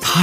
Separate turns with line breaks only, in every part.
他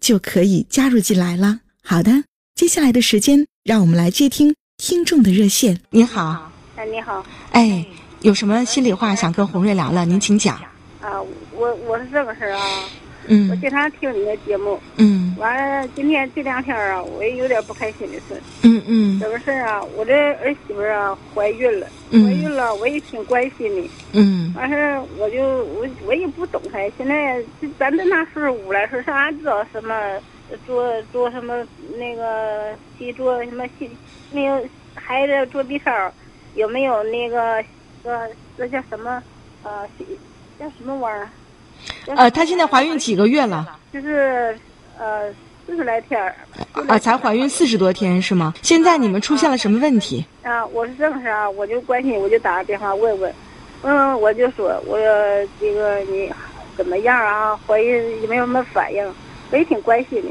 就可以加入进来了。好的，接下来的时间，让我们来接听听众的热线。您好，
哎，你好，
哎，有什么心里话想跟洪瑞聊聊？您请讲。
啊，我我是这个事儿啊，我
嗯
经常听你的节目，
嗯
完了今天这两天啊，我也有点不开心的事，
嗯嗯
什么事儿啊？我这儿媳妇儿啊怀孕了，
嗯
怀孕了，我也挺关心的，
嗯
完事儿我就我我也不懂她，现在这咱这那岁数了，说上俺知道什么做做什么那个去做什么心那个孩子做 B 超，有没有那个呃这叫什么呃叫什么玩意儿？
呃，她现在怀孕几个月了？
就是呃四十来天儿
啊，才怀孕四十多天是吗？现在你们出现了什么问题？
啊，我是这么事儿啊，我就关心，我就打个电话问问，问问我就说我这个你怎么样啊？怀孕有没有什么反应？我也挺关心的。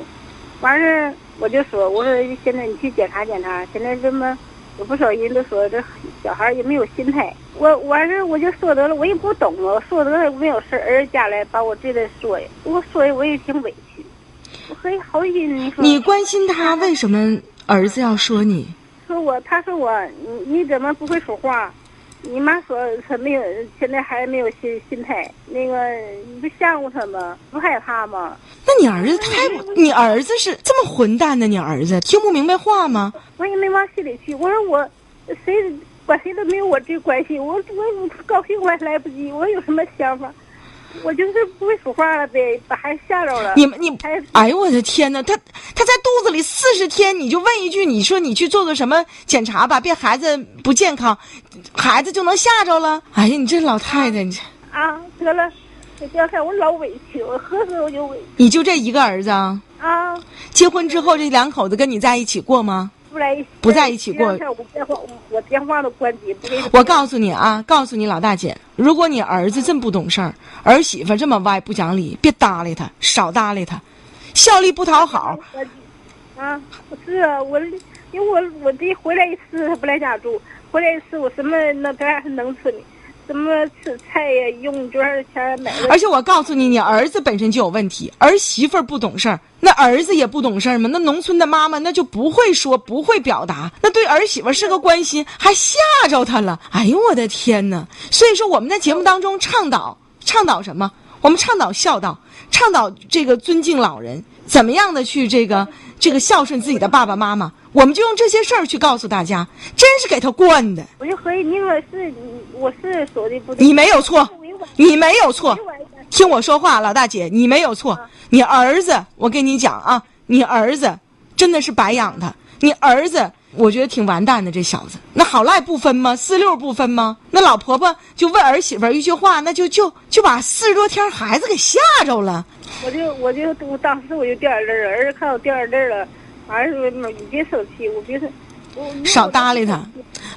完事儿我就说我说现在你去检查检查，现在这么有不少人都说这小孩儿也没有心态。我完事儿我就说得了，我也不懂啊，说得了没有事儿，儿子家来把我这顿说呀，我说呀我也挺委屈，我合计好心你说
你关心她为什么儿子要说你？
说我，他说我，你你怎么不会说话？你妈说她没有，现在还没有心心态，那个你不吓唬她吗？不害怕吗？
那你儿子太不，你儿子是这么混蛋的？你儿子听不明白话吗？
我也没往心里去。我说我，谁管谁都没有我这关系。我我高兴我还来不及，我有什么想法？我就是不会说话了呗，把孩子吓着了。
你们你
还，
哎呦我的天呐，他他在肚子里四十天，你就问一句，你说你去做做什么检查吧，别孩子不健康，孩子就能吓着了。哎呀，你这老太太，你这
啊，得了，这要看我老委屈，我合适我就委屈
你就这一个儿子啊？
啊，
结婚之后这两口子跟你在一起过吗？
不来一起
不在一起过
这两天我电话我电话都关机，不给你
我告诉你啊，告诉你老大姐，如果你儿子这么不懂事儿，儿媳妇这么歪不讲理，别搭理他，少搭理他，效力不讨好，
啊，是啊，我因为我我这回来一次他不来家住，回来一次我什么那咱俩是农村的，什么吃菜呀、用多少钱买的
而且我告诉你，你儿子本身就有问题，儿媳妇儿不懂事儿，那儿子也不懂事儿嘛。那农村的妈妈那就不会说，不会表达，那对儿媳妇儿是个关心，还吓着她了。哎呦我的天呐！所以说我们在节目当中倡导倡导什么？我们倡导孝道，倡导这个尊敬老人，怎么样的去这个这个孝顺自己的爸爸妈妈。我们就用这些事儿去告诉大家，真是给他惯的。
我就合计你说是你我是说的不对，
你没有错，你没有错。听我说话，老大姐，你没有错。你儿子，我跟你讲啊，你儿子真的是白养他。你儿子，我觉得挺完蛋的，这小子，那好赖不分吗？四六不分吗？那老婆婆就问儿媳妇儿一句话，那就就就把四十多天孩子给吓着了。
我就我就我当时我就掉眼泪了，儿子看我掉眼泪了，完事儿说你别生气，我别生，我
少搭理他。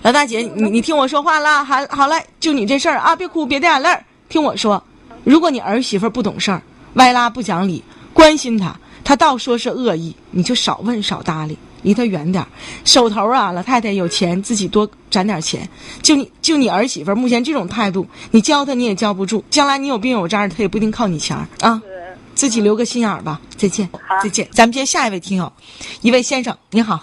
老大姐，你你听我说话啦，好好了，就你这事儿啊，别哭，别掉眼泪儿，听我说。如果你儿媳妇儿不懂事儿，歪拉不讲理，关心她，她倒说是恶意，你就少问少搭理，离她远点儿。手头啊，老太太有钱，自己多攒点钱。就你就你儿媳妇儿目前这种态度，你教她你也教不住，将来你有病有灾儿，她也不一定靠你钱儿啊。自己留个心眼儿吧。再见，再见。咱们接下一位听友，一位先生，你好，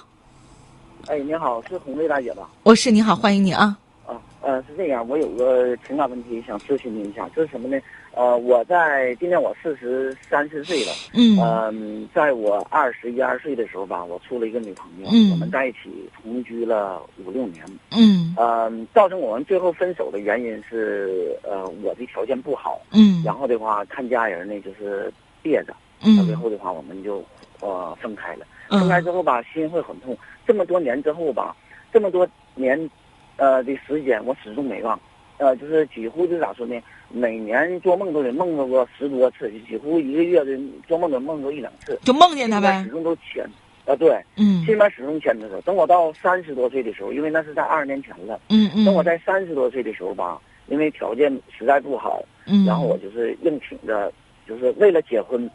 哎，你好，是红瑞大姐吧？
我是你好，欢迎你啊。
啊，呃，是这样，我有个情感问题想咨询您一下，就是什么呢？呃，我在今年我四十三四岁了，
嗯
嗯、在我二十一二岁的时候吧，我处了一个女朋友，
嗯
我们在一起同居了五六年，
嗯
嗯，造成我们最后分手的原因是，呃，我的条件不好，
嗯
然后的话看家人呢就是憋着，到最
嗯
后的话我们就呃分开了。分开
嗯
之后吧，心会很痛。这么多年之后吧，这么多年，呃的时间，我始终没忘，呃，就是几乎就咋说呢，每年做梦都得梦到过十多次，几乎一个月的做梦都梦到一两次，
就梦见
心里
他
面
呗
始。终都牵，啊、对，
嗯
心里面始终牵着他。等我到三十多岁的时候，因为那是在二十年前了，
嗯嗯。
等我在三十多岁的时候吧，因为条件实在不好，
嗯，
然后我就是硬挺着，就是为了结婚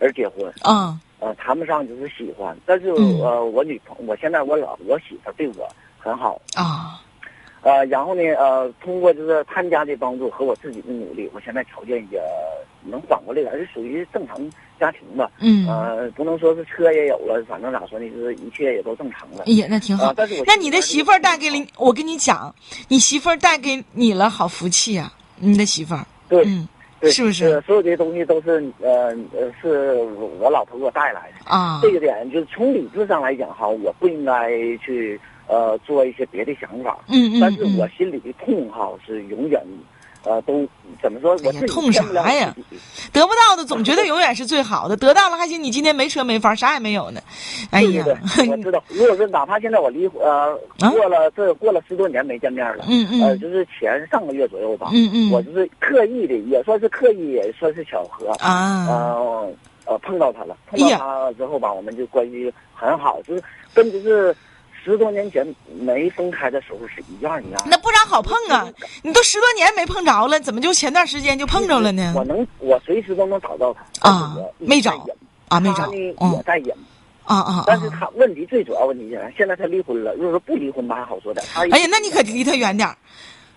而结婚，
嗯
呃，谈不上就是喜欢，但是、
嗯
呃，我女朋我现在我老我媳妇儿对我很好，
啊
呃，然后呢，呃，通过就是他们家的帮助和我自己的努力，我现在条件也能缓过来点儿，是属于正常家庭吧，
嗯，
呃，不能说是车也有了，反正咋说呢，就是一切也都正常了
哎。呀，那挺
啊
好。
但是我
那你的媳妇儿带给你，我跟你讲，你媳妇儿带给你了好福气啊，你的媳妇儿，
对
嗯
对，
是不是
呃所有这些东西都是呃呃，是我我老婆给我带来的。
啊，
这个点就是从理智上来讲哈，我不应该去呃做一些别的想法。
嗯嗯
但是我
嗯，
心里的痛哈是永远，呃，都怎么说？我
哎呀
自己
痛
骗不了
啥呀
自己
得不到的总觉得永远是最好的，得到了还行，你今天没车没房，啥也没有呢，哎
对
呀
对， 对，我知道。如果说哪怕现在我离婚呃
啊
过了这过了十多年没见面了，
嗯嗯
呃，就是前上个月左右吧，
嗯嗯
我就是刻意的，也算是刻意，也算是巧合，
啊，
呃呃碰到他了，碰
哎
到
呀
他之后吧，我们就关系很好，就是跟就是十多年前没分开的时候是一样一样的。
那不然好碰啊，你都十多年没碰着了，怎么就前段时间就碰着了呢
我？能，我随时都能找到他
啊
但是我一直
没找
在忍
啊，没
他
找
呢，
嗯
也在忍，
啊啊
但是
啊，
他问题最主要问题是，现在他离婚了。如果说不离婚吧，还好说点。他
哎呀，那你可离他远点儿，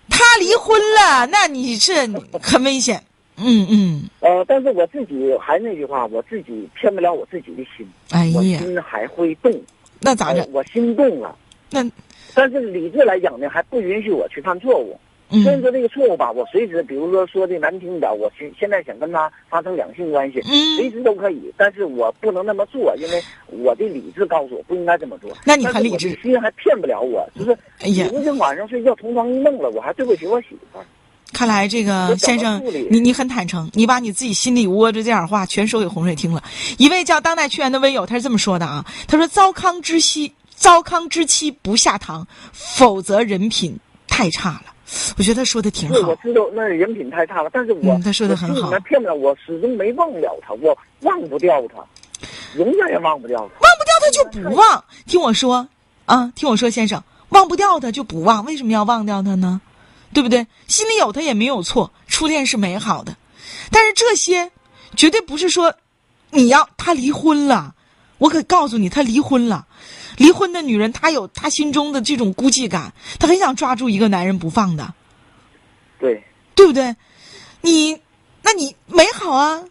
他离婚了，那你 这很危险，嗯嗯。
呃，但是我自己还是那句话，我自己骗不了我自己的心，
哎
我
呀，
心还会动，
那咋
呃
整？
我心动了。
那
但是理智来讲呢，还不允许我去犯错误。虽然
嗯
说这个错误吧，我随时，比如说说的难听点，我现现在想跟他发生两性关系，随
嗯，
时都可以，但是我不能那么做，因为我的理智告诉我不应该这么做。
那你很
但是我
理智
的心还骗不了我，就是
哎呀
昨天晚上睡觉同床异梦了，我还对不起我媳妇儿。
看来这个
我
先
怎么
生
处理，
你你很坦诚，你把你自己心里窝着这点话全说给洪水听了。一位叫当代屈原的微友，他是这么说的啊，他说：“糟糠之妻，糟糠之妻不下堂，否则人品太差了。”我觉得他说的挺
对，
嗯
我
好，
知道那人品太差了，但是我、
嗯他说得很好
我心里面骗不了，我始终没忘了他，我忘不掉他，永远也忘不掉他。
忘不掉他就不忘。听我说啊，听我说，先生，忘不掉他就不忘，为什么要忘掉他呢？对不对？心里有他也没有错，初恋是美好的，但是这些绝对不是说你要他离婚了，我可告诉你，他离婚了。离婚的女人，她有她心中的这种孤寂感，她很想抓住一个男人不放的，
对，
对不对？你，那你美好啊，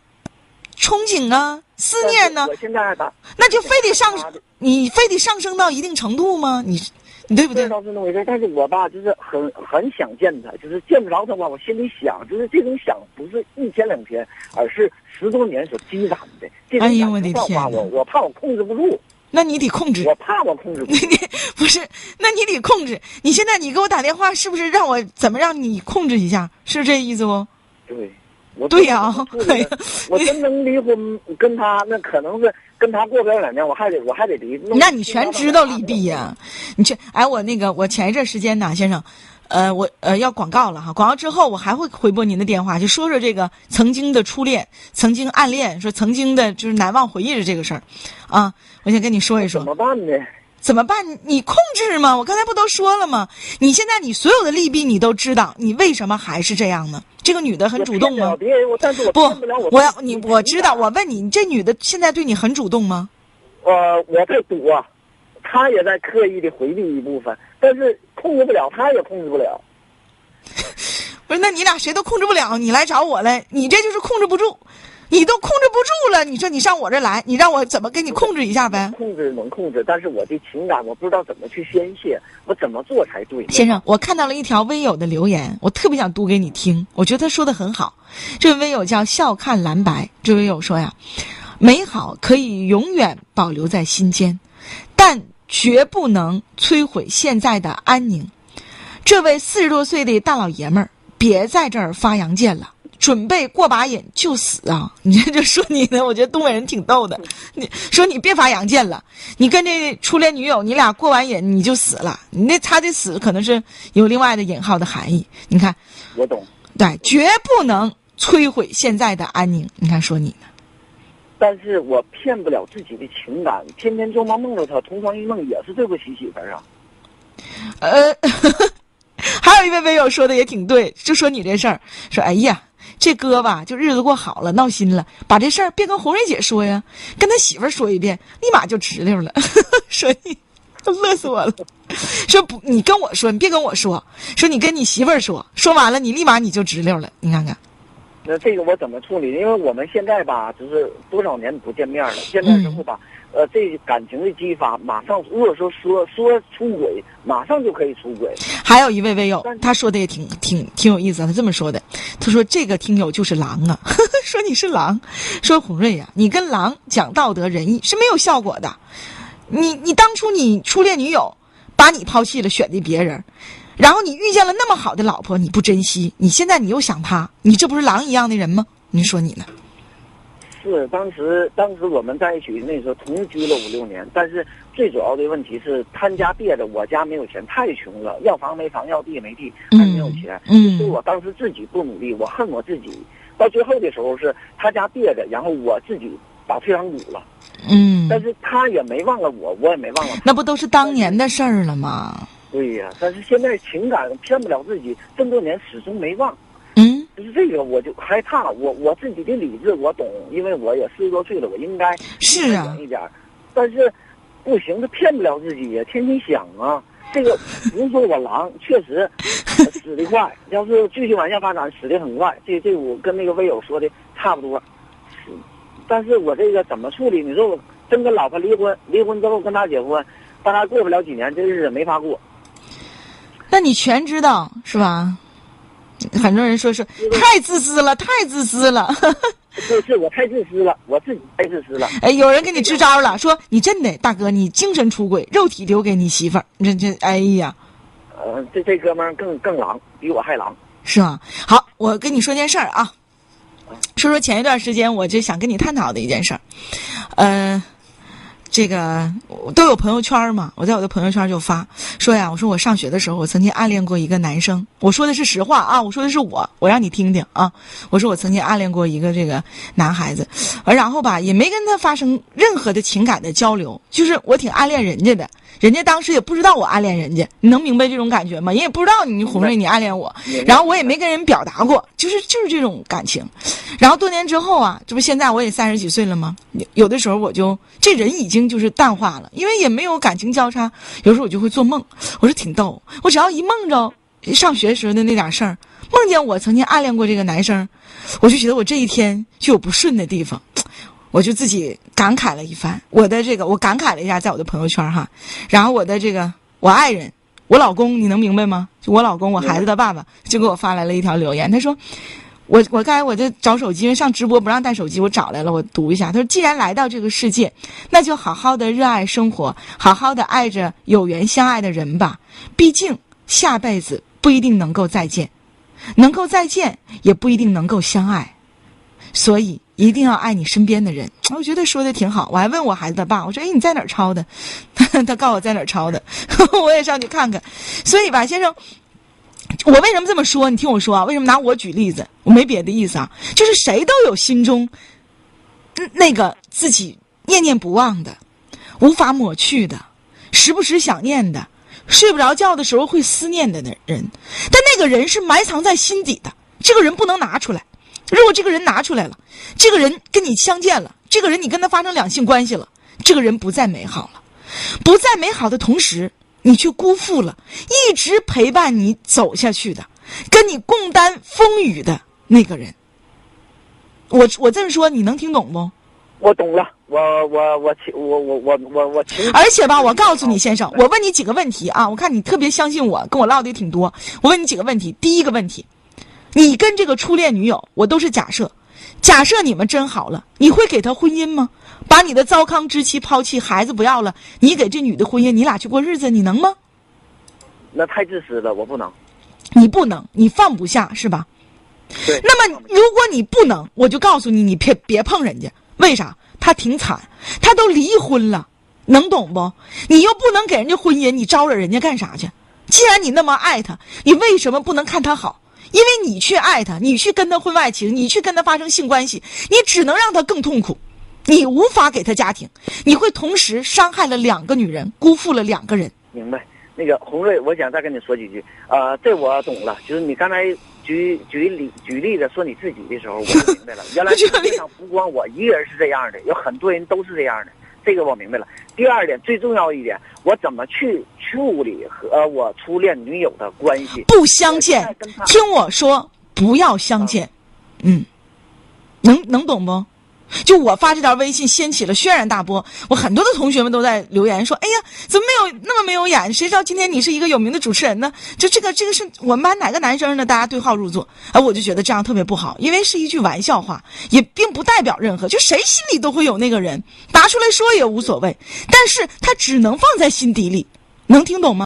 憧憬啊，思
但
念
是
呢、
我现在还打，
那就非得上
妈的，
你非得上升到一定程度吗？你，你对不
这
对？
倒是那么回事，但是我吧，就是很很想见他，就是见不着他吧，我心里想，就是这种想不是一天两天，而是十多年所积攒的。这种
哎呦
感
我的
情爆发
天哪
我我怕我控制不住，
那你得控制，
我怕我控制不住。
你不是？那你得控制。你现在你给我打电话，是不是让我怎么让你控制一下？是这意思不？
对，我
对呀哎
我处理的我真能离婚跟他，那可能是跟他过不了两年，我还得我还得离。
那你全知道利弊呀、你这哎，我那个我前一阵时间呢，先生，呃，我呃要广告了哈，广告之后我还会回拨您的电话，就说说这个曾经的初恋、曾经暗恋，说曾经的就是难忘回忆的这个事儿，啊，我先跟你说一说
怎。么办呢？
怎么办？你控制吗？我刚才不都说了吗？你现在你所有的利弊你都知道，你为什么还是这样呢？这个女的很主动
我骗不了
吗？
别人，我但是我
不
骗不了，
我
我
要你，我知道。我问你，你这女的现在对你很主动吗？
呃，我在躲，他也在刻意的回避一部分，但是控制不了，他也控制不了。
不是，那你俩谁都控制不了，你来找我来，你这就是控制不住，你都控制不住了，你说你上我这来，你让我怎么给你控制一下呗？
控制能控制，但是我这情感我不知道怎么去宣泄，我怎么做才对？
先生，我看到了一条微友的留言，我特别想读给你听，我觉得他说的很好。这位微友叫笑看蓝白，这位微友说呀，美好可以永远保留在心间，但绝不能摧毁现在的安宁。这位四十多岁的大老爷们儿，别在这儿发洋剑了。准备过把瘾就死啊！你这就说你呢，我觉得东北人挺逗的。你说你别发洋剑了，你跟这初恋女友，你俩过完瘾你就死了。你那他的死可能是有另外的引号的含义。你看，
我懂，
对，绝不能摧毁现在的安宁。你看，说你呢？
但是我骗不了自己的情感，天天做梦梦着他，同床异梦也是对不起媳妇儿啊。
呃， 还有一位微友说的也挺对，就说你这事儿，说哎呀，这哥吧，就日子过好了，闹心了，把这事儿别跟红瑞姐说呀，跟他媳妇儿说一遍，立马就直溜了。 说你，乐死我了。说不，你跟我说，你别跟我说，说你跟你媳妇儿说，说完了你立马你就直溜了，你看看。
那这个我怎么处理？因为我们现在吧，就是多少年不见面了，
嗯
见面之后吧，呃，这感情的激发，马上如果说说说出轨，马上就可以出轨。
还有一位微友
但，是
他说的也挺挺挺有意思啊，他这么说的，他说这个听友就是狼啊， 说你是狼，说红瑞呀、啊你跟狼讲道德仁义是没有效果的，你你当初你初恋女友把你抛弃了，选的别人，然后你遇见了那么好的老婆，你不珍惜，你现在你又想她，你这不是狼一样的人吗？你说你呢？
是当时当时我们在一起那时候同居了五六年，但是最主要的问题是他家憋着，我家没有钱，太穷了，要房没房，要地没地，还没有钱。
嗯
所以我当时自己不努力，我恨我自己。到最后的时候是他家憋着，然后我自己打退堂鼓了，
嗯，
但是他也没忘了我，我也没忘了他。
那不都是当年的事儿了吗？
对呀、但是现在情感骗不了自己，这么多年始终没忘。
嗯。
就是这个，我就害怕，我我自己的理智我懂，因为我也四十多岁了，我应该
是啊
一点儿，但是不行，他骗不了自己呀，天天想啊。这个不是说 我狼，确实呃死得快。要是继续往下发展，死得很快。这这我跟那个微友说的差不多。是但是我这个怎么处理？你说我真跟老婆离婚，离婚之后跟他结婚，但他过不了几年，这日子没法过。
那你全知道是吧？很多人说是太自私了，太自私了。
这是我太自私了，我自己太自私了。
哎，有人给你支招了，说你真的大哥，你精神出轨，肉体留给你媳妇儿。这这，哎呀，
呃，这这哥们儿更更狼，比我还狼。
是吗？好，我跟你说件事儿啊，说说前一段时间我就想跟你探讨的一件事儿，呃。这个我都有朋友圈嘛，我在我的朋友圈就发说呀，我说我上学的时候，我曾经暗恋过一个男生，我说的是实话啊，我说的是我，我让你听听啊，我说我曾经暗恋过一个这个男孩子，而然后吧，也没跟他发生任何的情感的交流，就是我挺暗恋人家的，人家当时也不知道我暗恋人家，你能明白这种感觉吗？人也不知道你红瑞你暗恋我，然后我也没跟人表达过，就是就是这种感情。然后多年之后啊，这不现在我也三十几岁了吗？有有的时候我就这人已经就是淡化了，因为也没有感情交叉。有时候我就会做梦，我说挺逗，我只要一梦着上学时候的那点事儿，梦见我曾经暗恋过这个男生，我就觉得我这一天就有不顺的地方。我就自己感慨了一番，我的这个我感慨了一下，在我的朋友圈哈，然后我的这个我爱人，我老公，你能明白吗？就我老公，我孩子的爸爸就给我发来了一条留言，他说。我我刚才我就找手机，因为上直播不让带手机，我找来了，我读一下。他说：“既然来到这个世界，那就好好的热爱生活，好好的爱着有缘相爱的人吧。毕竟下辈子不一定能够再见，能够再见也不一定能够相爱，所以一定要爱你身边的人。”哎我觉得说的挺好，我还问我孩子的爸，我说：“哎，你在哪儿抄的？” 他告诉我在哪儿抄的， 我也上去看看。所以吧，先生，我为什么这么说？你听我说啊，为什么拿我举例子？我没别的意思啊，就是谁都有心中嗯那个自己念念不忘的、无法抹去的、时不时想念的、睡不着觉的时候会思念的人，但那个人是埋藏在心底的，这个人不能拿出来。如果这个人拿出来了，这个人跟你相见了，这个人你跟他发生两性关系了，这个人不再美好了。不再美好的同时，你却辜负了一直陪伴你走下去的、跟你共担风雨的那个人。我我这么说你能听懂不？
我懂了，我我我清我我我我我 清。
而且吧，我告诉你，先生，我问你几个问题啊，我看你特别相信我，跟我唠的也挺多。我问你几个问题，第一个问题，你跟这个初恋女友，我都是假设，假设你们真好了，你会给她婚姻吗？把你的糟糠之妻抛弃，孩子不要了，你给这女的婚姻，你俩去过日子，你能吗？
那太自私了，我不能。
你不能，你放不下是吧？
对。
那么，如果你不能，我就告诉你，你别别碰人家。为啥？他挺惨，他都离婚了，能懂不？你又不能给人家婚姻，你招惹人家干啥去？既然你那么爱他，你为什么不能看他好？因为你去爱他，你去跟他婚外情，你去跟他发生性关系，你只能让他更痛苦，你无法给他家庭，你会同时伤害了两个女人，辜负了两个人。
明白。那个红瑞，我想再跟你说几句。呃，这我懂了，就是你刚才举举例举例子说你自己的时候，我就明白了。原来世界上不光我一个人是这样的，有很多人都是这样的。这个我明白了。第二点，最重要一点，我怎么去处理和呃我初恋女友的关系？
不相见，听我说，不要相见。啊、嗯，能能懂不？就我发这条微信掀起了轩然大波，我很多的同学们都在留言说：“哎呀，怎么没有那么没有眼？谁知道今天你是一个有名的主持人呢？”就这个这个是我们班哪个男生呢？大家对号入座，哎、啊，我就觉得这样特别不好，因为是一句玩笑话，也并不代表任何，就谁心里都会有那个人，拿出来说也无所谓，但是他只能放在心底里，能听懂吗？